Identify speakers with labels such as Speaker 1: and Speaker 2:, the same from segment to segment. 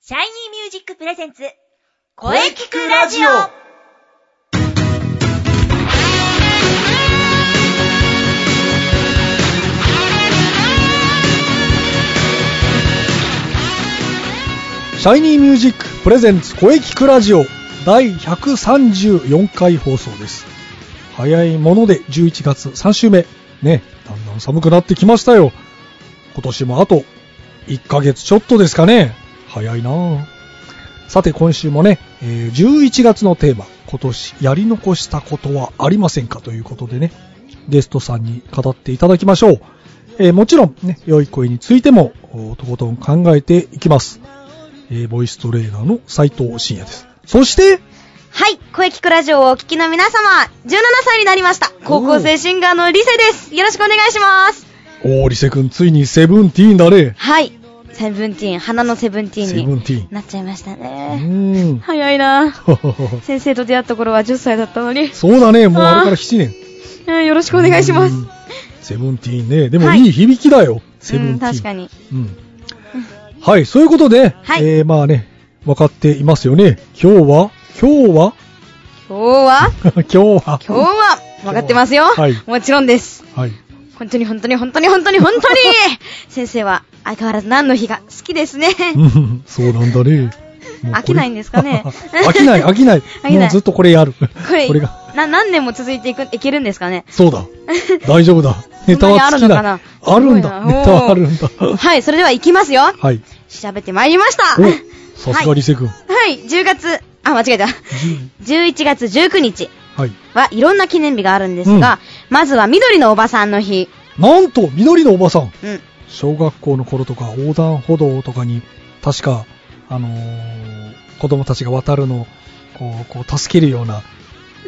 Speaker 1: シャイニーミュージックプレゼンツ、
Speaker 2: 声聞くラジオ
Speaker 3: シャイニーミュージックプレゼンツ声聞くラジオ第134回放送です。早いもので11月3週目。ね、だんだん寒くなってきましたよ。今年もあと1ヶ月ちょっとですかね。早いなぁ。さて今週もね、えー11月のテーマ、今年やり残したことはありませんかということでね、ゲストさんに語っていただきましょう。えーもちろんね、良い声についても、おとことん考えていきます。えーボイストレーナーの斉藤慎也です。そして、
Speaker 4: はい、声聞くラジオをお聞きの皆様、17歳になりました。高校生シンガーのリセです。よろしくお願いします。
Speaker 3: おー、リセ君、ついにセブンティーンだね。
Speaker 4: はい、セブンティーン、花のセブンティ
Speaker 3: セ
Speaker 4: ー
Speaker 3: ブ
Speaker 4: ン
Speaker 3: ン
Speaker 4: に
Speaker 3: ティーン。
Speaker 4: なっちゃいました
Speaker 3: う
Speaker 4: ね。
Speaker 3: ーん。
Speaker 4: 早いな先生と出会った頃は10歳だったのに。
Speaker 3: そうだね、もうあれから7年。
Speaker 4: うんよろしくお願いします
Speaker 3: う。ん。セブンティーンね。でも
Speaker 4: はい
Speaker 3: いい響きだよ。セ
Speaker 4: う
Speaker 3: ブン
Speaker 4: ん、
Speaker 3: ティーン。
Speaker 4: 確かに。
Speaker 3: うん。はい、そういうことで、
Speaker 4: はい
Speaker 3: えー、まあね、分かっていますよね。今日は、今日は、
Speaker 4: 今日は、
Speaker 3: 今日は、
Speaker 4: 今日は、わかってますよ。
Speaker 3: はい
Speaker 4: もちろんです。
Speaker 3: はい。
Speaker 4: 本当に本当に本当に本当に本当 に先生は相変わらず何の日が好きですね。
Speaker 3: うんそうなんだね。もうこれ
Speaker 4: 飽きないんですかね
Speaker 3: 飽きない、飽きない。
Speaker 4: 飽きない
Speaker 3: もうずっとこれやる。
Speaker 4: これ、
Speaker 3: これが、
Speaker 4: な、何年も続いていく、いけるんです かね。
Speaker 3: そうだ。大丈夫だ。ネタは
Speaker 4: そん
Speaker 3: 尽き
Speaker 4: なにあるの
Speaker 3: な
Speaker 4: か
Speaker 3: い
Speaker 4: な。
Speaker 3: あるん
Speaker 4: す
Speaker 3: だ。
Speaker 4: ごいな
Speaker 3: ネタはあるんだ。
Speaker 4: はい、それでは行きますよ。
Speaker 3: はい。
Speaker 4: 調べてまいりました。
Speaker 3: お
Speaker 4: は、
Speaker 3: さすがリセ君。
Speaker 4: い、10月、あ、間違えた。11月19日
Speaker 3: はい。
Speaker 4: はいろんな記念日があるんですが、まずは緑のおばさんの日。
Speaker 3: なんと、緑のおばさん。
Speaker 4: うん。
Speaker 3: 小学校の頃とか横断歩道とかに確か、あのー子供たちが渡るのをこうこう助けるような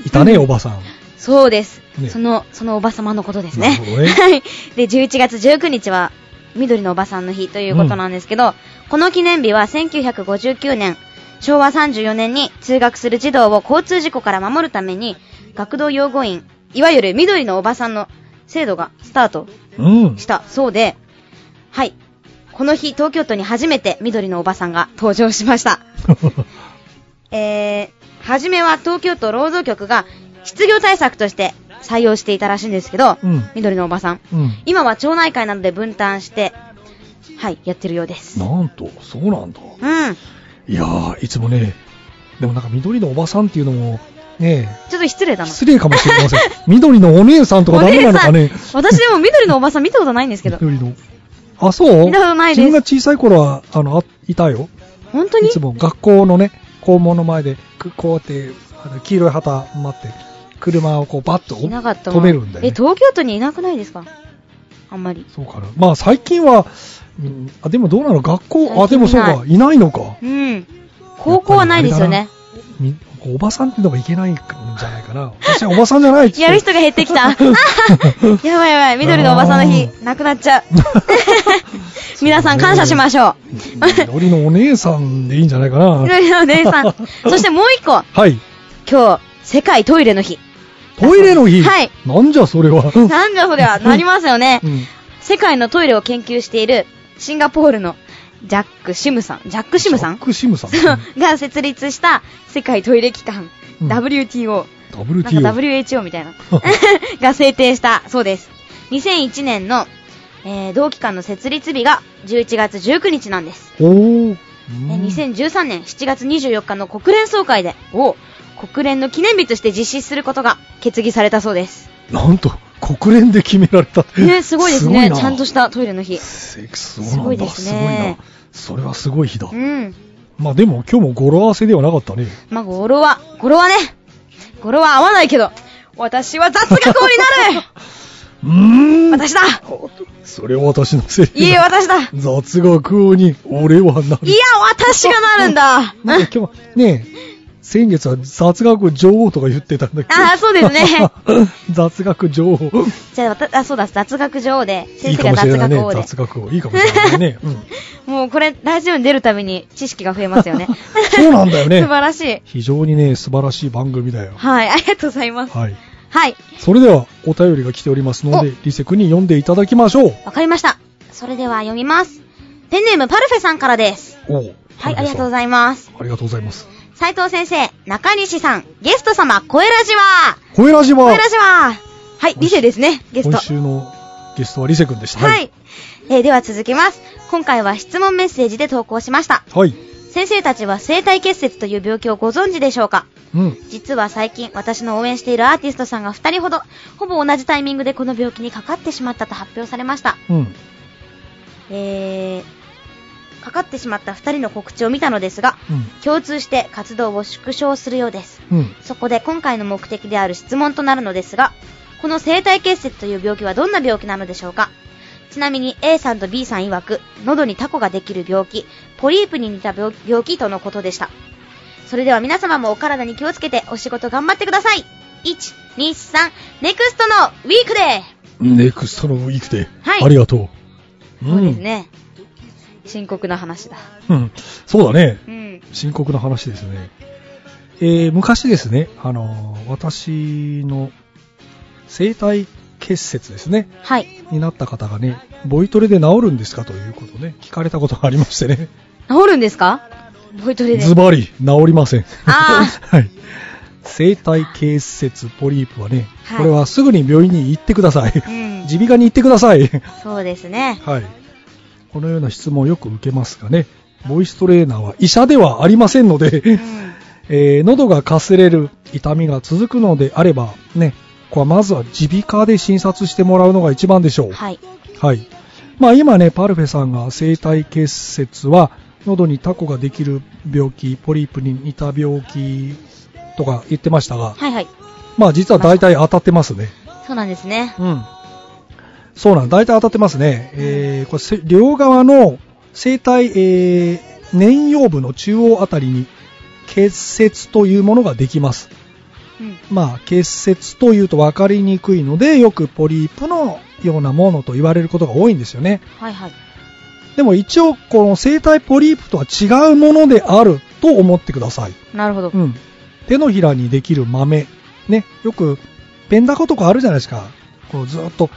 Speaker 3: いたね、おばさん
Speaker 4: そうです、
Speaker 3: ね
Speaker 4: その、そのおばさまのことです
Speaker 3: な
Speaker 4: ね
Speaker 3: るほどね。
Speaker 4: はい。で、11月19日は、緑のおばさんの日ということなんですけど、この記念日は1959年、昭和34年に通学する児童を交通事故から守るために、学童養護員、いわゆる緑のおばさんの制度がスタート
Speaker 3: うん
Speaker 4: したそうで、はい。この日、東京都に初めて緑のおばさんが登場しました。えー、はじめは東京都労働局が失業対策として採用していたらしいんですけど、
Speaker 3: うん
Speaker 4: 緑のおばさん。
Speaker 3: うん
Speaker 4: 今は町内会などで分担して、はい、やってるようです。うん。
Speaker 3: なんとそうなんだいやーいつもねでもなんか緑のおばさんっていうのもね
Speaker 4: ちょっと失礼だな。
Speaker 3: 失礼かもしれません 緑のお姉さんとかダメなのかね
Speaker 4: 私でも緑のおばさん見たことないんですけど。
Speaker 3: 緑のあそう
Speaker 4: 見たことないです
Speaker 3: 自分が小さい頃はあのあいたよ
Speaker 4: 本当
Speaker 3: い
Speaker 4: に
Speaker 3: つも学校のね、校門の前で、くこうやって、あの黄色い旗待って、車をこうバッと
Speaker 4: いなかったな
Speaker 3: 止めるんだよ
Speaker 4: え、
Speaker 3: ね。
Speaker 4: 東京都にいなくないですかあんまり。
Speaker 3: そうかな。まあ最近は、うんあ、でもどうなの学校、あ、でもそう
Speaker 4: 最
Speaker 3: か、いないのか。
Speaker 4: うん。高校はないですよね。
Speaker 3: みおばさんってのがいけないんじゃないかな。私はおばさんじゃないっつって
Speaker 4: やる人が減って きた。あははやばいやばい、緑のおばさんの日、なくなっちゃう。 皆さん感謝しましょ
Speaker 3: 緑のお姉さんでいいんじゃないか
Speaker 4: う。
Speaker 3: な。
Speaker 4: 緑のお姉さん。そしてもう一個、
Speaker 3: はい。
Speaker 4: 今日、世界トイレの日。
Speaker 3: トイレの日。
Speaker 4: はい
Speaker 3: なんじゃそれは。
Speaker 4: なんじゃそりゃ、なりますよね
Speaker 3: う。ん
Speaker 4: 世界のトイレを研究している、シンガポールのジャック・シムさん、ジャック・シムさん
Speaker 3: ジャックシムさん。
Speaker 4: が設立した世界トイレ機関、
Speaker 3: うん
Speaker 4: WTO。なん
Speaker 3: WTO。
Speaker 4: か WHO みたいな。 が制定したそうです。2001年の、えー同期間の設立日が11月19日なんです。
Speaker 3: おー。
Speaker 4: えー2013年7月24日の国連総会で、を国連の記念日として実施することが決議されたそうです。
Speaker 3: なんと、国連で決められた。
Speaker 4: ね、すごいですね。
Speaker 3: な
Speaker 4: ちゃんとしたトイレの日。
Speaker 3: セクスそう
Speaker 4: す
Speaker 3: な
Speaker 4: ご
Speaker 3: ん
Speaker 4: い
Speaker 3: だ。
Speaker 4: です
Speaker 3: すご
Speaker 4: ね
Speaker 3: いな。それはすごい日だ
Speaker 4: う。ん。
Speaker 3: まあでも今日も語呂合わせではなかったね。
Speaker 4: まあ、語呂は、語呂はね、語呂は合わないけど、私は雑学王にな る
Speaker 3: うーん。
Speaker 4: 私だ
Speaker 3: それは私のせいだ。
Speaker 4: いいえ、私だいや、
Speaker 3: 雑学王に俺はなる。
Speaker 4: 私がなるんだ
Speaker 3: なんか今日、ねえ、先月は雑学女王とか言ってたんだけど。
Speaker 4: あーそうですね。
Speaker 3: 雑学女王。
Speaker 4: じゃあ、わたあ、そうだ、雑学女王で、
Speaker 3: い
Speaker 4: 先
Speaker 3: いか
Speaker 4: 生が
Speaker 3: もし
Speaker 4: 雑
Speaker 3: れない
Speaker 4: 学
Speaker 3: ね
Speaker 4: 王。で。
Speaker 3: 雑学王。いいかもしれない ね。うん。。
Speaker 4: もうこれ、ラジオに出るたびに知識が増えますよね
Speaker 3: そうなんだよね
Speaker 4: 素晴らしい。
Speaker 3: 非常にね、素晴らしい番組だよ。
Speaker 4: はい、ありがとうございます。
Speaker 3: はい。
Speaker 4: はい、
Speaker 3: それではお便りが来ておりますので、リセ君に読んでいただきましょう。
Speaker 4: わかりました。それでは読みます。ペンネームパルフェさんからです。
Speaker 3: おう
Speaker 4: はい、ありがとうございます。
Speaker 3: ありがとうございます。
Speaker 4: 斉藤先生、中西さん、ゲスト様、声ラジは
Speaker 3: 声ラジは
Speaker 4: 声ラジははい、リセですね、ゲスト
Speaker 3: 今。週のゲストはリセ君でした。
Speaker 4: はい。。えーでは続きます。今回は質問メッセージで投稿しました。
Speaker 3: はい。
Speaker 4: 先生たちは生体結節という病気をご存知でしょうか
Speaker 3: うん。
Speaker 4: 実は最近私の応援しているアーティストさんが2人ほどほぼ同じタイミングでこの病気にかかってしまったと発表されました
Speaker 3: うん。
Speaker 4: えー、かかってしまった2人の告知を見たのですが共通して活動を縮小するようです
Speaker 3: うん。うん。
Speaker 4: そこで今回の目的である質問となるのですが、この生体結節という病気はどんな病気なのでしょうかちなみに A さんと B さん曰く、喉にタコができる病気、ポリープに似た病病気とのことでした。それでは皆様もお体に気をつけてお仕事頑張ってください !1、2、3、ネクストのウィークデー
Speaker 3: ネクストのウィークで、
Speaker 4: はい
Speaker 3: ありがとう。
Speaker 4: そうですね。深刻な話だ。
Speaker 3: うん。うん。そうだね。
Speaker 4: うん。
Speaker 3: 深刻な話ですね。えー昔ですね、あのー私の生体結節ですね、
Speaker 4: はい。
Speaker 3: になった方がね、ボイトレで治るんですかということをね、聞かれたことがありましてね、
Speaker 4: 治るんですかボイトレで。
Speaker 3: ズバリ治りません。
Speaker 4: あ
Speaker 3: はい。生体結節ポリープはね、
Speaker 4: はい
Speaker 3: これはすぐに病院に行ってください。
Speaker 4: うん。
Speaker 3: 耳鼻科に行ってください。
Speaker 4: そうですね。
Speaker 3: はい。このような質問をよく受けますがね、ボイストレーナーは医者ではありませんので、
Speaker 4: うん。
Speaker 3: えー喉がかすれる痛みが続くのであれば、ね、ここはまずは耳鼻科で診察してもらうのが一番でしょう。はい。
Speaker 4: はい。
Speaker 3: まあ今ね、パルフェさんが生体結節は、喉にタコができる病気、ポリープに似た病気とか言ってましたが、
Speaker 4: はいはい。
Speaker 3: まあ実は大体当たってますね。
Speaker 4: そうなんですね。
Speaker 3: うん。そうなん、大体当たってますね。えー、これせ、両側の生体、えー、粘葉部の中央あたりに、結節というものができます。
Speaker 4: うん。
Speaker 3: まあ、結節というと分かりにくいので、よくポリープのようなものと言われることが多いんですよね。
Speaker 4: はいはい。
Speaker 3: でも一応、この生体ポリープとは違うものであると思ってください。
Speaker 4: なるほど。
Speaker 3: うん。手のひらにできる豆。ね、よく、ペンダコとかあるじゃないですか。こうずっと、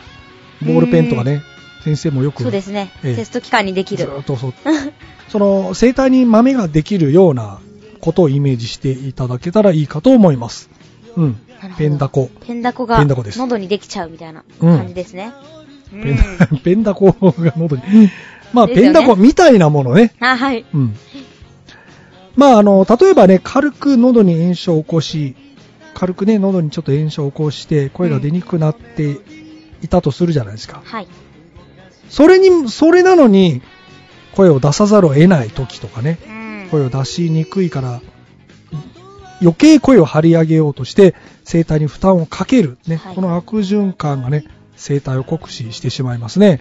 Speaker 3: ボールペンとかね、先生もよく。
Speaker 4: そうですね。
Speaker 3: ええ
Speaker 4: テスト期間にでき
Speaker 3: ず
Speaker 4: る。
Speaker 3: っとそう。その、生体に豆ができるようなことをイメージしていただけたらいいかと思います。うん
Speaker 4: なるほ。ど
Speaker 3: ペンダコ。
Speaker 4: ペンダコが
Speaker 3: ペンダコです
Speaker 4: 喉にできちゃうみたいな
Speaker 3: うん
Speaker 4: 感じですね。うん。
Speaker 3: ペンダ ペンダコが喉に。まあ、
Speaker 4: です
Speaker 3: ペ
Speaker 4: よね
Speaker 3: ンダコみたいなものね。
Speaker 4: あ、はい。
Speaker 3: うん。まあ、あの、例えばね、軽く喉に炎症を起こし、軽くね、喉にちょっと炎症を起こして、声が出にくくなっていたとするじゃないですか。
Speaker 4: はい。
Speaker 3: それに、それなのに、声を出さざるを得ない時とかね、
Speaker 4: うん。
Speaker 3: 声を出しにくいから、余計声を張り上げようとして、声帯に負担をかける。ね、
Speaker 4: はい
Speaker 3: この悪循環がね、声帯を酷使してしまいますね。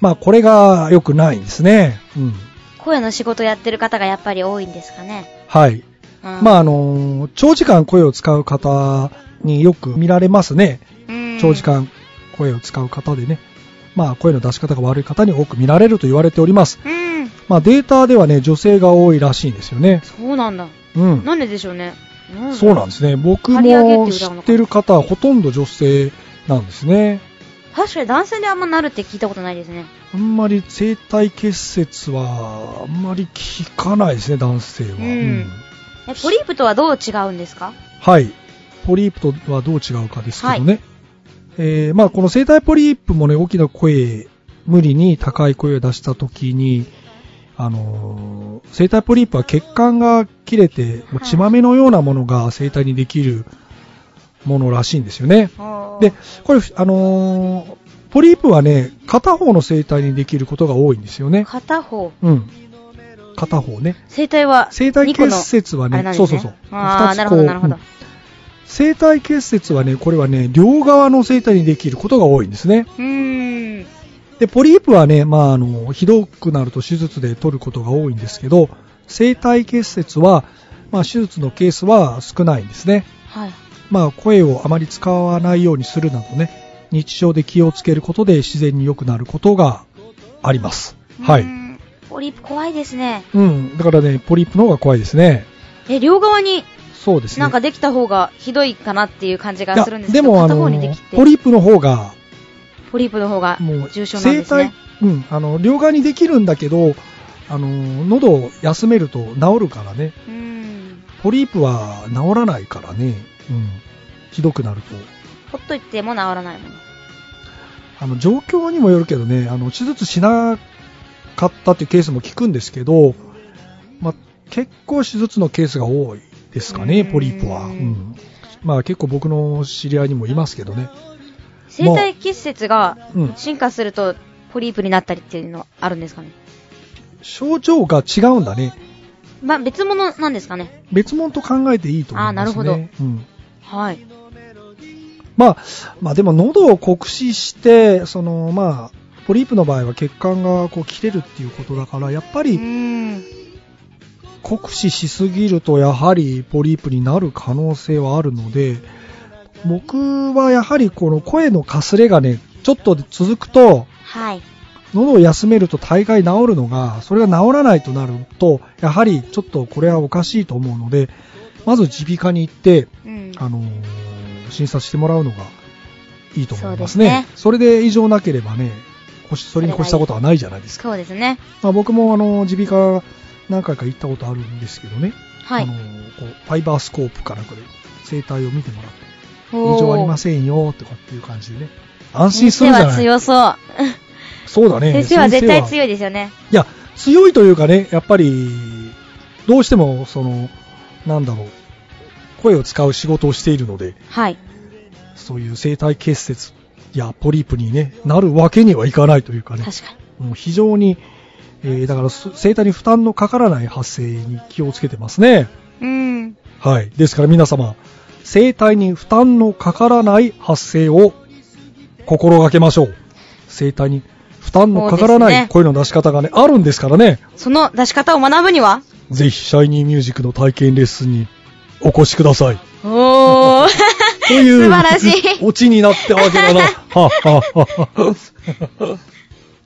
Speaker 3: まあ、これが良くないんですね。うん。
Speaker 4: 声の仕事やってる方がやっぱり多いんですかね。
Speaker 3: はい。ま
Speaker 4: ま
Speaker 3: あ、あの長時間声を使う方によく見られますね。長時。間声を使う方でね。まあ、声の出し方が悪い方に多く見られると言われております。
Speaker 4: うんうん。
Speaker 3: まあ、データではね、女性が多いらしいんですよね。
Speaker 4: そうなんだ。
Speaker 3: うん。
Speaker 4: なんででしょうね。うん
Speaker 3: そうなんですね。僕
Speaker 4: 張り上げ
Speaker 3: も
Speaker 4: って
Speaker 3: 知
Speaker 4: 歌うのか
Speaker 3: ってる方、ほとんど女性なんですね。
Speaker 4: 確かに男性であんまなるって聞いたことないですね。
Speaker 3: あんまり生体結節は、あんまり聞かないですね、男性は。
Speaker 4: うんえ、ポリープとはどう違うんですか
Speaker 3: はい。ポリープとはどう違うかですけどね。えーまあこの生体ポリープもね、大きな声、無理に高い声を出した時に、あのー生体ポリープは血管が切れて、もう血まめのようなものが生体にできるものらしいんですよね。で、これ、あのーポリープはね、片方の生体にできることが多いんですよね。
Speaker 4: 片方。
Speaker 3: うん。片方ね。
Speaker 4: 生体は、
Speaker 3: 生体
Speaker 4: 二個の
Speaker 3: 結節は
Speaker 4: あれ
Speaker 3: ね、
Speaker 4: なんです
Speaker 3: そう
Speaker 4: ね
Speaker 3: そうそう。二
Speaker 4: ああ、
Speaker 3: つ
Speaker 4: なるほ
Speaker 3: こ
Speaker 4: ど、
Speaker 3: う
Speaker 4: なるほど
Speaker 3: うん。生体結節はね、これはね、両側の生体にできることが多いんですね。
Speaker 4: うーん。
Speaker 3: で、ポリープはね、まあ、あの、ひどくなると手術で取ることが多いんですけど、生体結節は、まあ、手術のケースは少ないんですね。
Speaker 4: はい。
Speaker 3: まあ、声をあまり使わないようにするなどね、日常で気をつけることで自然に良くなることがあります。は
Speaker 4: うー
Speaker 3: い。
Speaker 4: ん。ポリープ怖いですね。
Speaker 3: うん。だからね、ポリープの方が怖いですね。
Speaker 4: え、両側に
Speaker 3: そうですね。
Speaker 4: なんかできた方がひどいかなっていう感じ
Speaker 3: いや
Speaker 4: がするんですけど、
Speaker 3: もあ
Speaker 4: 片
Speaker 3: の
Speaker 4: 方にできて、
Speaker 3: ポリープの方が
Speaker 4: ポリープの方が
Speaker 3: もう
Speaker 4: 重症なんです
Speaker 3: 生体
Speaker 4: ね。
Speaker 3: うんあの両側にできるんだけどあのー喉を休めると治るからね
Speaker 4: うん。
Speaker 3: ポリープは治らないからね、うん、ひどくなると
Speaker 4: ほっといても治らないもん。
Speaker 3: あの状況にもよるけどねあの手術しなかったっていうケースも聞くんですけど、まあ、結構手術のケースが多いですかね
Speaker 4: うん
Speaker 3: ポリープは、うんまあ、結構僕の知り合いにもいますけどね、
Speaker 4: 生体結節が
Speaker 3: うん、
Speaker 4: 進化するとポリープになったりっていうのはあるんですかね
Speaker 3: 症状が違うんだね
Speaker 4: まあ、別物なんですかね
Speaker 3: 別物と考えていいと思いますね
Speaker 4: あーなるほど
Speaker 3: うん
Speaker 4: はい。
Speaker 3: まあ、まあでも喉を酷使して、そのまあ、ポリープの場合は血管がこう切れるっていうことだから、やっぱ
Speaker 4: う
Speaker 3: り
Speaker 4: ーん。
Speaker 3: 酷使しすぎるとやはりポリープになる可能性はあるので、僕はやはりこの声のかすれがね、ちょっと続くと、
Speaker 4: はい。
Speaker 3: 喉を休めると大概治るのが、それが治らないとなると、やはりちょっとこれはおかしいと思うので、まず耳鼻科に行って、
Speaker 4: うん。
Speaker 3: あのー診察してもらうのがいいと思いますね。そ
Speaker 4: そうですね
Speaker 3: れで異常なければね、こしそれに越したことはないじゃないですか。
Speaker 4: そうですね。
Speaker 3: まあ、僕もあの耳鼻科何回か行ったことあるんですけどね、
Speaker 4: は
Speaker 3: あ
Speaker 4: い
Speaker 3: の。ーこうファイバースコープからこれ生体を見てもらって、
Speaker 4: おー
Speaker 3: 異常ありませんよとかっていう感じでね、安心するじゃな
Speaker 4: 先生
Speaker 3: い
Speaker 4: は強そう。
Speaker 3: そうだね。
Speaker 4: 先生は絶対
Speaker 3: い。
Speaker 4: 強いですよね。
Speaker 3: いや、強いというかね、やっぱり、どうしても、その、なんだろう、声を使う仕事をしているので、
Speaker 4: はい。
Speaker 3: そういう生体結節やポリープに、ね、なるわけにはいかないというかね、
Speaker 4: 確かに。
Speaker 3: もう非常に、えーだからそ生体に負担のかからない発生に気をつけてますね。
Speaker 4: うん。
Speaker 3: はい。ですから皆様、生体に負担のかからない発生を心がけましょう。生体に負担のかから
Speaker 4: そうです
Speaker 3: ない
Speaker 4: ね
Speaker 3: 声の出し方がね、あるんですからね。
Speaker 4: その出し方を学ぶには
Speaker 3: ぜひ、シャイニーミュージックの体験レッスンにお越しください。
Speaker 4: おー。
Speaker 3: という
Speaker 4: 素晴らしい
Speaker 3: オチになったわけ だな。はっはっはっは。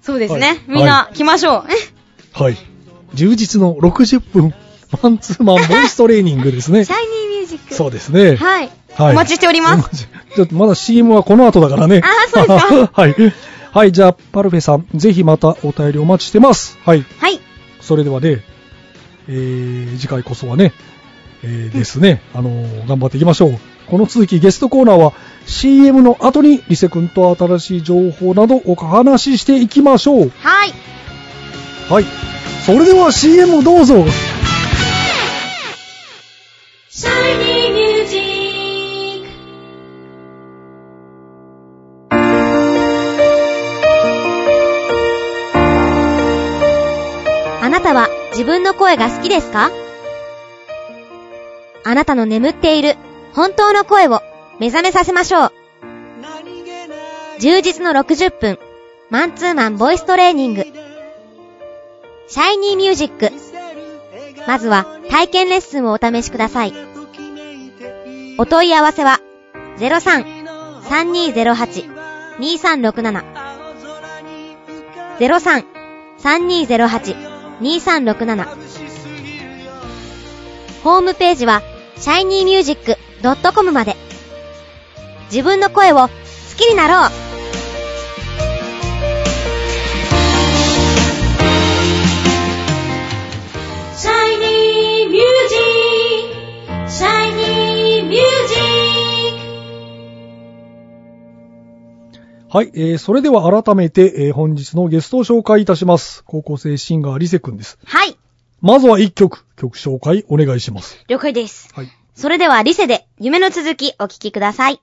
Speaker 4: そうです
Speaker 3: は
Speaker 4: ね
Speaker 3: い。
Speaker 4: みんな来ましょう。
Speaker 3: はい。充実の60分、マンツーマンボイストレーニングですね
Speaker 4: シ。ャイニーミュージック。
Speaker 3: そうですね。
Speaker 4: はい。
Speaker 3: はい
Speaker 4: お待ちしております。。
Speaker 3: ちょっとまだ CM はこの後だからね。
Speaker 4: あーそうで す
Speaker 3: はい。はい、じゃあ、パルフェさん、ぜひまたお便りお待ちしてます。はい。
Speaker 4: はい。
Speaker 3: それではね、えー、次回こそはね、えー、ですね、あのー頑張っていきましょう。この続きゲストコーナーは CM の後にリセ君と新しい情報などお話ししていきましょう。
Speaker 4: はい。
Speaker 3: はい。それでは CM をどうぞ。
Speaker 2: あなたは自分の声が好きですかあなたの眠っている本当の声を目覚めさせましょう。充実の60分、マンツーマンボイストレーニング。シャイニーミュージック。まずは体験レッスンをお試しください。お問い合わせは03-3208-2367 03-3208-2367ホームページは shinymusic.com まで自分の声を好きになろう
Speaker 1: シャイニーミュージックシャイニーミュージック
Speaker 3: はい、えー、それでは改めて、えー、本日のゲストを紹介いたします。高校生シンガーリセ君です。
Speaker 4: はい。
Speaker 3: まずは1曲、曲紹介お願いします。
Speaker 4: 了解です。
Speaker 3: はい。
Speaker 4: それでは、リセで、夢の続き、お聞きください。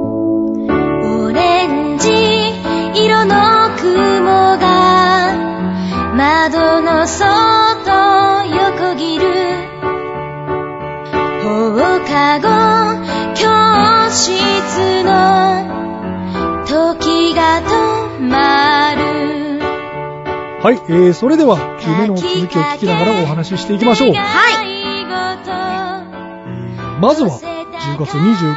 Speaker 2: オレンジ色の雲が窓の外横切る放課後教室の時が止まる
Speaker 3: はい、えー、それでは、夢の続きを聞きながらお話ししていきましょう。
Speaker 2: はい
Speaker 3: まずは、10月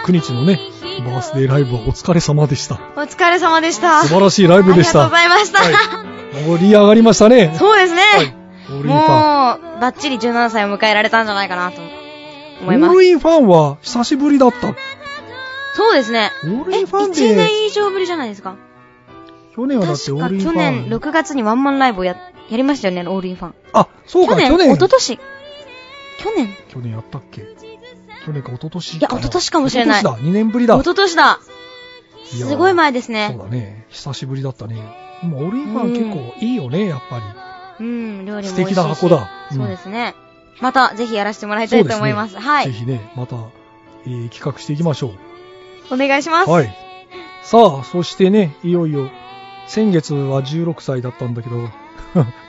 Speaker 3: 29日のね、バースデーライブはお疲れ様でした。
Speaker 4: お疲れ様でした。
Speaker 3: 素晴らしいライブでした。
Speaker 4: ありがとうございました。
Speaker 3: はい、盛り上がりましたね。
Speaker 4: そうですね。
Speaker 3: はいオールインファン。
Speaker 4: もう、バッチリ17歳を迎えられたんじゃないかなと思い
Speaker 3: オ
Speaker 4: ま
Speaker 3: ール
Speaker 4: す。
Speaker 3: インファンは久しぶりだった。オ
Speaker 4: そうですね。
Speaker 3: ール
Speaker 4: え、
Speaker 3: インファン
Speaker 4: 1
Speaker 3: で、
Speaker 4: 年以上ぶりじゃないですか。
Speaker 3: 去年はだって
Speaker 4: 確
Speaker 3: オー
Speaker 4: か
Speaker 3: ルインフ
Speaker 4: 去年
Speaker 3: ァン。
Speaker 4: 6月にワンマンライブをや、やりましたよね、オールインファン。
Speaker 3: あ、そうか、
Speaker 4: 去年、
Speaker 3: 去年。
Speaker 4: 一昨年。去年
Speaker 3: 去年やったっけ去年か一昨年
Speaker 4: いや、一昨年かもしれな
Speaker 3: 一
Speaker 4: い。一
Speaker 3: 昨年だ、2年ぶりだ。
Speaker 4: 昨年だ。
Speaker 3: いや
Speaker 4: すごい前です
Speaker 3: そう
Speaker 4: ね。
Speaker 3: だね。久しぶりだったね。でもオールインファン結構いいよね、やっぱり。
Speaker 4: うん、料理も美味しい
Speaker 3: 素敵な箱だうん
Speaker 4: そうですね。また、ぜひやらせてもらいたいと思います。は
Speaker 3: ぜ
Speaker 4: い。
Speaker 3: ひね、また、えー企画していきましょ
Speaker 4: お願いします。
Speaker 3: う。はい。さあ、そしてね、いよいよ、先月は16歳だったんだけど、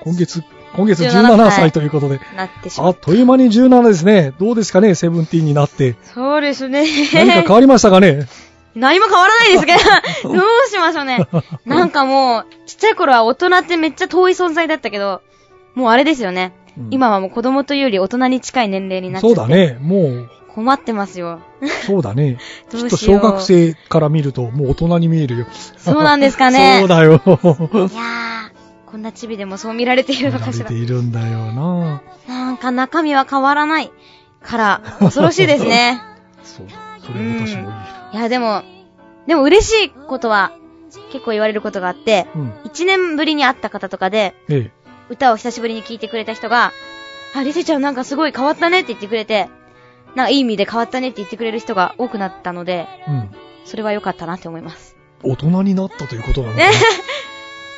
Speaker 3: 今月、今月17
Speaker 4: 17
Speaker 3: 歳
Speaker 4: 歳
Speaker 3: ということで、
Speaker 4: なってし
Speaker 3: あ
Speaker 4: まう
Speaker 3: っ。という間に17ですね。どうですかね、セブンティーンになって。
Speaker 4: そうですね。
Speaker 3: 何か変わりましたかね
Speaker 4: 何も変わらないですけ ど、どうしましょうね。なんかもう、ちっちゃい頃は大人ってめっちゃ遠い存在だったけど、もうあれですよね。
Speaker 3: うん
Speaker 4: 今はもう子供というより大人に近い年齢になっちゃ
Speaker 3: そ
Speaker 4: っ
Speaker 3: う
Speaker 4: て。
Speaker 3: だ。ね、もう、
Speaker 4: 困ってますよ。
Speaker 3: そうだね。
Speaker 4: ど
Speaker 3: きっ
Speaker 4: う
Speaker 3: と
Speaker 4: しよ
Speaker 3: 小
Speaker 4: う。
Speaker 3: 学。生から見ると、もう大人に見えるよ。
Speaker 4: そうなんですかね。
Speaker 3: そうだよ。
Speaker 4: いやー、こんなチビでもそう見られている
Speaker 3: 見
Speaker 4: の
Speaker 3: ら
Speaker 4: か
Speaker 3: れ
Speaker 4: しら
Speaker 3: て。いるんだよな。
Speaker 4: なんか中身は変わらないから、恐ろしいですね。
Speaker 3: そう。それは私も
Speaker 4: いや、でも、でも嬉しいことは、結構言われることがあって、
Speaker 3: 言える。うん。
Speaker 4: 1年ぶりに会った方とかで、
Speaker 3: ええ。
Speaker 4: 歌を久しぶりに聴いてくれた人が、あ、リセちゃんなんかすごい変わったねって言ってくれて、なんかいい意味で変わったねって言ってくれる人が多くなったので、
Speaker 3: うん。
Speaker 4: それは良かったなって思います。
Speaker 3: 大人になったということなのかな
Speaker 4: ね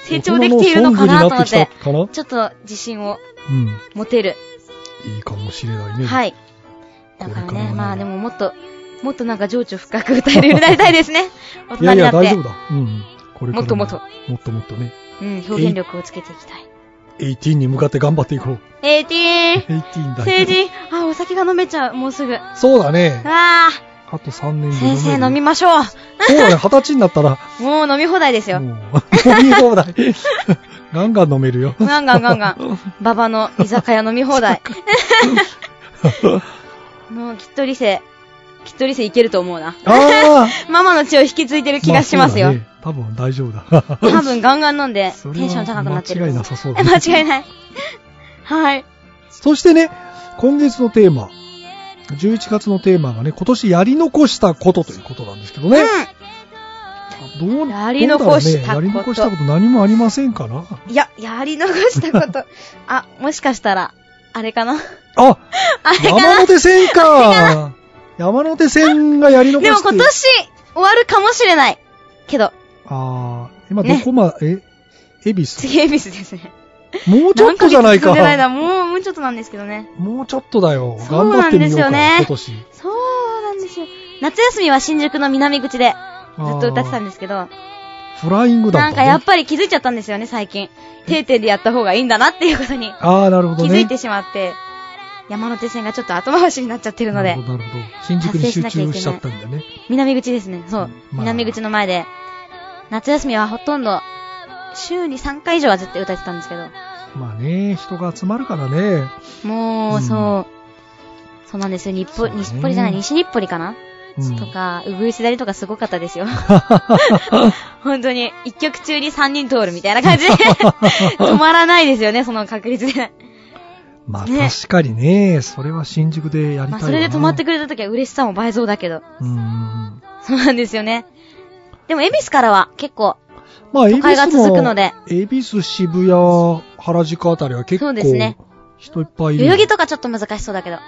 Speaker 4: 成長できているのかなと思っ
Speaker 3: 大
Speaker 4: て、
Speaker 3: 人のソングになってき
Speaker 4: ちょっと自信を
Speaker 3: たかな
Speaker 4: 持てる。
Speaker 3: うん。いいかもしれないね。。
Speaker 4: はいい。だから
Speaker 3: これからも
Speaker 4: ね、
Speaker 3: ね
Speaker 4: まあでももっと、もっとなんか情緒深く歌えるようになりたいですね。大
Speaker 3: いや
Speaker 4: 人
Speaker 3: い
Speaker 4: にな
Speaker 3: や、大丈
Speaker 4: って。
Speaker 3: 夫だ。うん。これから
Speaker 4: もっともっと。
Speaker 3: もっともっとね。
Speaker 4: うん、表現力をつけていきたい。
Speaker 3: 18に向かって頑張っていこう。
Speaker 4: えー、ティーン
Speaker 3: 18だ
Speaker 4: 成人あ、お酒が飲めちゃう、もうすぐ。あ
Speaker 3: そうだね。
Speaker 4: あ
Speaker 3: あと3年
Speaker 4: ー、
Speaker 3: で
Speaker 4: 先生飲み
Speaker 3: ま
Speaker 4: ましょう。
Speaker 3: そうだね、二十歳になったら、
Speaker 4: もう飲み放題です よ。
Speaker 3: もう、飲み放題。 ガンガン飲めるよ。
Speaker 4: ガンガンガンガ ン。ババの居酒屋飲み放題。 もうきっと理性、きっと理性いけると思うな。
Speaker 3: ああ
Speaker 4: ママの血を引き継いでる 気がしますよ。
Speaker 3: あそうだね多分大丈夫だ。
Speaker 4: 多分ガンガン飲んで、
Speaker 3: それは
Speaker 4: テンション高くなってる。
Speaker 3: 間違いなさそうだ
Speaker 4: え、
Speaker 3: ね。
Speaker 4: 間違いない。はい。
Speaker 3: そしてね、今月のテーマ、11月のテーマがね、今年やり残したことということなんですけどね。どう
Speaker 4: やり残した
Speaker 3: どうだろうねや
Speaker 4: こと
Speaker 3: り残したこと何もありませんかない
Speaker 4: や、やり残した こと。あ、もしかしたら、あれかな
Speaker 3: あ
Speaker 4: あれか
Speaker 3: 山
Speaker 4: な
Speaker 3: 手線か山手線がやり残
Speaker 4: でも
Speaker 3: して
Speaker 4: 今年、終わるかもしれない。けど、
Speaker 3: あー今どこまで、え、恵比寿
Speaker 4: 次エビスですね。
Speaker 3: もうちょっとじゃない
Speaker 4: 何
Speaker 3: か
Speaker 4: ヶ月進んでないな。もう、もうちょっとなんですけどね。
Speaker 3: もうちょっとだよ。
Speaker 4: そ
Speaker 3: 頑
Speaker 4: う
Speaker 3: 張
Speaker 4: な
Speaker 3: っ
Speaker 4: ん
Speaker 3: てみよ
Speaker 4: です
Speaker 3: うか
Speaker 4: よ
Speaker 3: な、
Speaker 4: ね
Speaker 3: 今年。ず
Speaker 4: そうなんですよ。夏休みは新宿の南口で、ずっと歌ってたん
Speaker 3: で
Speaker 4: ですけど、
Speaker 3: フライングだった、
Speaker 4: な
Speaker 3: ね。
Speaker 4: んかやっぱり気づいちゃったんですよね、最近。定点でやった方がいいんだなっていうことに
Speaker 3: ああ、なるほど
Speaker 4: 気
Speaker 3: ね。
Speaker 4: づいてしまって、山手線がちょっと後回しになっちゃってるの
Speaker 3: な
Speaker 4: で
Speaker 3: るほ、ど、なるほど。新宿に集中しちゃったんだね。。
Speaker 4: 南口ですね。そううん
Speaker 3: まあ
Speaker 4: 南口の前で。夏休みはほとんど、週に3回以上は絶対歌ってたんですけど。
Speaker 3: まあね、人が集まるからね。
Speaker 4: も
Speaker 3: うん
Speaker 4: う、そう。そうなんですよ。日
Speaker 3: そう
Speaker 4: 暮、
Speaker 3: ね
Speaker 4: 日暮里じゃない、西日暮里かな
Speaker 3: うん
Speaker 4: とか、うぐいすだりとかすごかったです よ。本当に、一曲中に3人通るみたいな感 じで。止まらないですよね、その確率で。
Speaker 3: まあ
Speaker 4: ね
Speaker 3: 確かにね、それは新宿でやりたいよな
Speaker 4: まあ、それで止まってくれた時は嬉しさも倍増だけど。
Speaker 3: うん。
Speaker 4: そうなんですよね。でも、恵比寿からは結構、
Speaker 3: まあ、
Speaker 4: 都会が続くの
Speaker 3: で。
Speaker 4: で、
Speaker 3: 恵比寿、渋谷、原宿あたりは結
Speaker 4: そ
Speaker 3: 構、
Speaker 4: うですね
Speaker 3: 人いっぱいいる。
Speaker 4: 代々木とかちょっと難しそうだけど。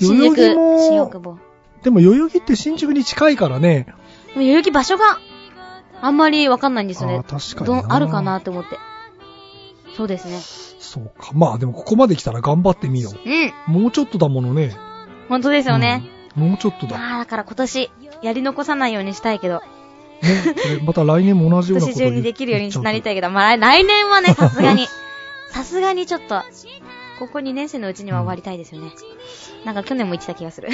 Speaker 4: 新
Speaker 3: 代々
Speaker 4: 宿、
Speaker 3: 木も
Speaker 4: 新大久保。
Speaker 3: でも代々木って新宿に近いからね。
Speaker 4: でも代々木場所があんまりわかんないんですよ
Speaker 3: あ
Speaker 4: ね
Speaker 3: ー。確かに
Speaker 4: ど
Speaker 3: なん
Speaker 4: あるかなって思って。そうですね。
Speaker 3: そうか。まあでもここまで来たら頑張ってみよう。
Speaker 4: うん。
Speaker 3: もうちょっとだものね。
Speaker 4: 本当ですよね。
Speaker 3: うん。もうちょっとだ。ね、
Speaker 4: まあだから今年、やり残さないようにしたいけど、
Speaker 3: これまた来年も同じよ
Speaker 4: 今
Speaker 3: うなこ
Speaker 4: 年
Speaker 3: と言
Speaker 4: 中
Speaker 3: う
Speaker 4: にできるようになりた
Speaker 3: い。
Speaker 4: いけど、まあ来年は ね、さすがに、さすがにちょっと、ここ2年生のうちには終わりたいですよね。なんか去年も言ってた気がする。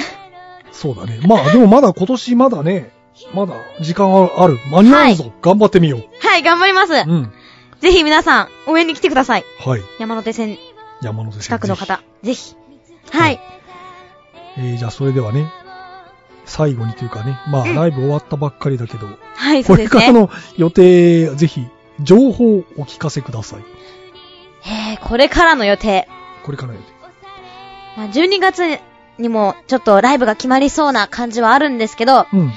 Speaker 3: そうだね。まあでもまだ今年まだね、まだ時間はある。間に合うぞ。頑張ってみよう。
Speaker 4: はい、頑張ります。
Speaker 3: うん。
Speaker 4: ぜひ皆さん、応援に来てください。
Speaker 3: はい。
Speaker 4: 山手線
Speaker 3: 山手線。
Speaker 4: 近くの方、ぜひ。
Speaker 3: は
Speaker 4: はいい。
Speaker 3: えーじゃあそれではね、最後にというかね、まあ、
Speaker 4: うん
Speaker 3: ライブ終わったばっかりだけど、
Speaker 4: はい、そ
Speaker 3: こ
Speaker 4: うで
Speaker 3: れ
Speaker 4: す
Speaker 3: から
Speaker 4: ね。
Speaker 3: の予定、ぜひ、情報をお聞かせください。
Speaker 4: えー、これからの予定。
Speaker 3: これからの予定。
Speaker 4: まあ、12月にもちょっとライブが決まりそうな感じはあるんですけど、
Speaker 3: うん。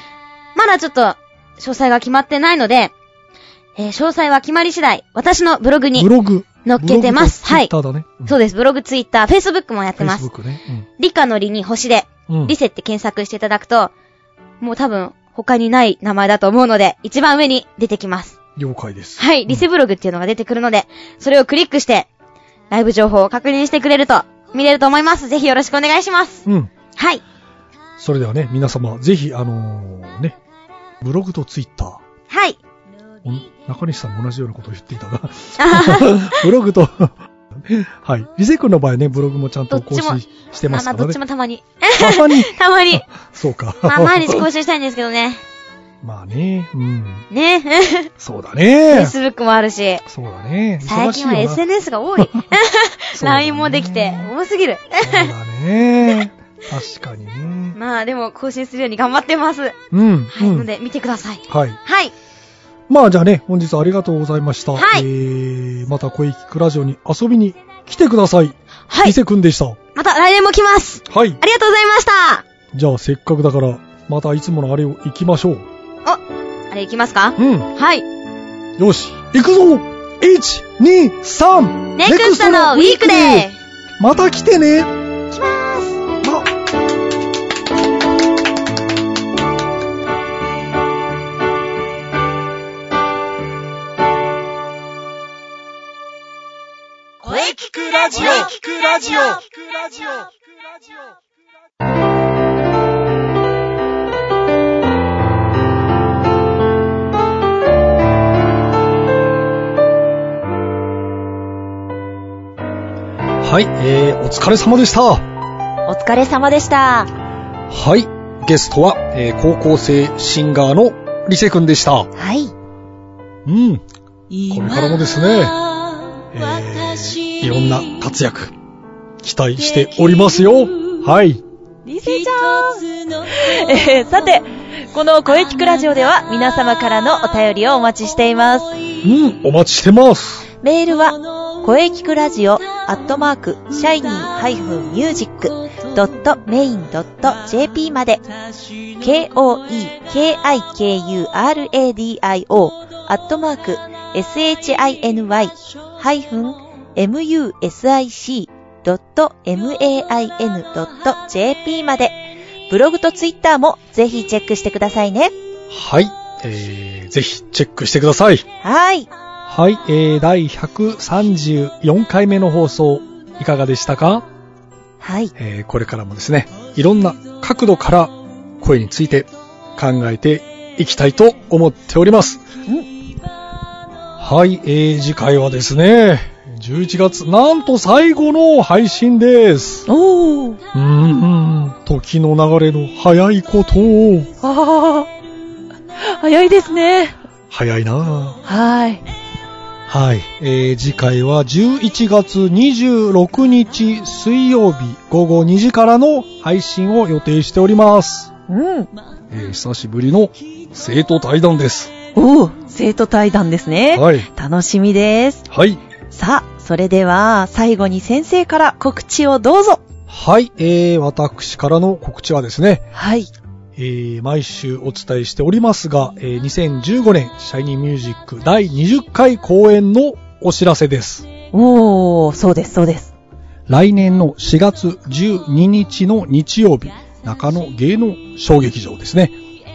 Speaker 4: まだちょっと詳細が決まってないので、えー詳細は決まり次第、私のブログに
Speaker 3: ブログ。
Speaker 4: 載っけてます。はい。
Speaker 3: ただね。うん
Speaker 4: そうです。ブログ、ツイッター、フェイスブックもやってます。
Speaker 3: Facebook ね。
Speaker 4: 理科の理に星で、
Speaker 3: うん。うん
Speaker 4: リセって検索していただくと、もう多分他にない名前だと思うので、一番上に出てきます。
Speaker 3: 了解です。
Speaker 4: はい、リセブログっていうのが出てくるので、それをクリックして、ライブ情報を確認してくれると、見れると思います。ぜひよろしくお願いします。
Speaker 3: うん。
Speaker 4: はい。
Speaker 3: それではね、皆様、ぜひ、あのーね、ブログとツイッター。
Speaker 4: はい。
Speaker 3: うん中西さんも同じようなことを言っていた が、
Speaker 4: あはは
Speaker 3: ブログと、 はい。リセ君の場合ね、ブログもちゃんと更
Speaker 4: どっ
Speaker 3: 新
Speaker 4: ち
Speaker 3: して
Speaker 4: ま
Speaker 3: ま
Speaker 4: あ
Speaker 3: すか
Speaker 4: まあ、
Speaker 3: ら
Speaker 4: どっ
Speaker 3: ね
Speaker 4: ち。もたまに。
Speaker 3: たまに、
Speaker 4: たま に。
Speaker 3: そうか。
Speaker 4: まあ、毎日更新したいんですけどね。
Speaker 3: まあね、うん。
Speaker 4: ね。
Speaker 3: そうだね。
Speaker 4: Facebook もあるし。
Speaker 3: そうだね。
Speaker 4: 最近は
Speaker 3: 忙しいよな
Speaker 4: SNS が 多
Speaker 3: そう
Speaker 4: い。
Speaker 3: だね
Speaker 4: LINE もできて、多すぎる。
Speaker 3: そうだね。確かにね。
Speaker 4: まあでも更新する ように頑張ってます。は
Speaker 3: うん。う
Speaker 4: い、
Speaker 3: ん
Speaker 4: ので見てください。
Speaker 3: はい。
Speaker 4: はい。
Speaker 3: まあじゃあね、本日はありがとうございました。
Speaker 4: はい
Speaker 3: えー、また小池クラジオに遊びに来てください。
Speaker 4: は
Speaker 3: 伊
Speaker 4: い。
Speaker 3: 勢くんでした。
Speaker 4: また来年も来ます。
Speaker 3: はい。
Speaker 4: ありがとうございまし
Speaker 3: じゃあせっかくだから、またいつものあれを行きましょう。
Speaker 4: た。あれ行きますか
Speaker 3: うん。
Speaker 4: はい。
Speaker 3: よし。行くぞ !1、2、3!
Speaker 4: ネクストのウィークデー
Speaker 3: また来てね
Speaker 4: 来ます
Speaker 3: あ
Speaker 1: 声聞くラジオ聞くラジオ
Speaker 3: はい、えー、お疲れ様でした。
Speaker 4: お疲れ様でした。
Speaker 3: はい、ゲストは、えー、高校生シンガーのリセくんでした。
Speaker 4: は
Speaker 3: う
Speaker 4: い。
Speaker 3: ん、これからもですね、えー、
Speaker 1: 私
Speaker 3: いろんな活躍、期待しておりますよ。はい。
Speaker 5: リセちゃん、え ー、さて、この声聞くラジオでは皆様からのお便りをお待ちしています。
Speaker 3: うん、お待ちしてます。
Speaker 5: メールは、声聞くラジオ、アットマーク、シャイニー -music.main.jp まで、k-o-e-k-i-k-u-r-a-d-i-o、アットマーク、shiny-music.main.jp まで、ブログとツイッターもぜひチェックしてくださいね。
Speaker 3: はい、えー、ぜひチェックしてください。
Speaker 5: はい。
Speaker 3: はい、えー、第134回目の放送、いかがでしたか
Speaker 5: はい。
Speaker 3: えーこれからもですね、いろんな角度から声について考えていきたいと思っております。はい、えー次回はですね、11月、なんと最後の配信です。
Speaker 5: おー。
Speaker 3: うーん、時の流れの早いことを、
Speaker 5: ああ、早いですね。
Speaker 3: 早いなぁ
Speaker 5: はい。
Speaker 3: はい、えー次回は11月26日水曜日午後2時からの配信を予定しております。
Speaker 5: うん。
Speaker 3: えー久しぶりの生徒対談です。
Speaker 5: おお、生徒対談ですね。
Speaker 3: はい。
Speaker 5: 楽しみです。
Speaker 3: はい。
Speaker 5: さあ、それでは、最後に先生から告知をどうぞ。
Speaker 3: はい、えー、私からの告知はですね、
Speaker 5: はい。
Speaker 3: えー、毎週お伝えしておりますが、えー、2015年、シャイニーミュージック第20回公演のお知らせです。
Speaker 5: おお、そうです、そうです。
Speaker 3: 来年の4月12日の日曜日、中野芸能小劇場ですね。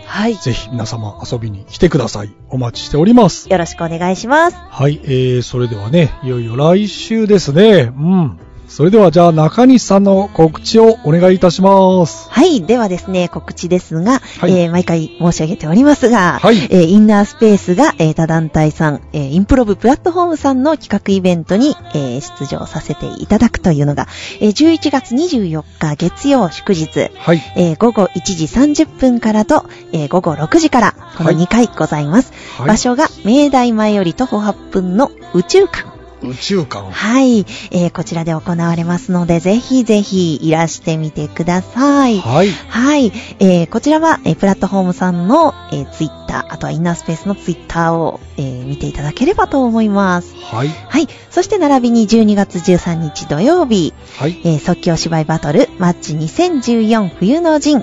Speaker 5: はい。
Speaker 3: ぜひ皆様遊びに来てください。お待ちしております。
Speaker 5: よろしくお願いします。
Speaker 3: はい、えー、それではね、いよいよ来週ですね。うん。それではじゃあ中西さんの告知をお願いいたします。
Speaker 5: はい。ではですね、告知ですが、
Speaker 3: い
Speaker 5: えー毎回申し上げておりますが、
Speaker 3: はい
Speaker 5: えーインナースペースが、えー他団体さん、えーインプロブプラットフォームさんの企画イベントに、えー出場させていただくというのが、えー11月24日月曜祝日、
Speaker 3: はい。
Speaker 5: えー午後1時30分からと、えー午後6時から、この
Speaker 3: はい
Speaker 5: 2回ございます。
Speaker 3: はい
Speaker 5: 場所が、明大前より徒歩8分の宇宙館。
Speaker 3: 宇宙館。
Speaker 5: はい、えーこちらで行われますので、ぜひぜひいらしてみてください。
Speaker 3: はい。
Speaker 5: はい、えーこちらは、えープラットフォームさんの、えツイッター Twitter あとはインナースペースのツイッターを、えー見ていただければと思います。
Speaker 3: はい。
Speaker 5: はい、そして並びに12月13日土曜日、
Speaker 3: はい。
Speaker 5: えー即興芝居バトルマッチ2014冬の陣。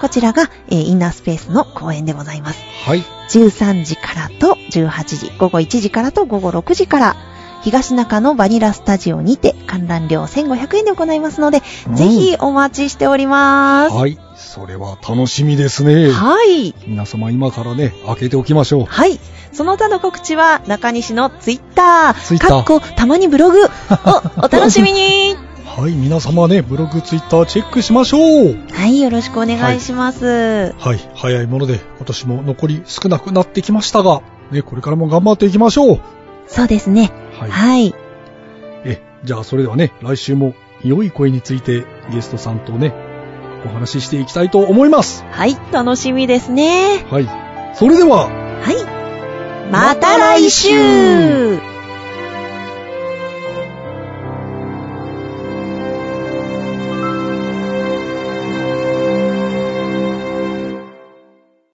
Speaker 5: こちらが、えーインナースペースの公演でございます。
Speaker 3: はい。
Speaker 5: 13時からと18時、午後1時からと午後6時から、東中のバニラスタジオにて観覧料1500円で行いますので、
Speaker 3: うん
Speaker 5: ぜひお待ちしております。は
Speaker 3: はい。それは楽しみですね。
Speaker 5: い。
Speaker 3: 皆様今からね、開けておきましょう。
Speaker 5: はい。その他の告知は中西のツイッター、
Speaker 3: Twitter
Speaker 5: かっこたまにブ ログをお楽しみ に
Speaker 3: はい。皆様ね、ブログ、ツイッターチェックしましょう。
Speaker 5: はい、よろしくお願いします。
Speaker 3: はい。早いもので、私も残り少なくなってきましたが、ね、これからも頑張っていきましょう。
Speaker 5: そうですね。
Speaker 3: はい。
Speaker 5: はい。
Speaker 3: え、じゃあそれではね、来週も良い声についてゲストさんとね、お話ししていきたいと思います。
Speaker 5: はい、楽しみですね。
Speaker 3: はい。それでは、
Speaker 5: はい。また来週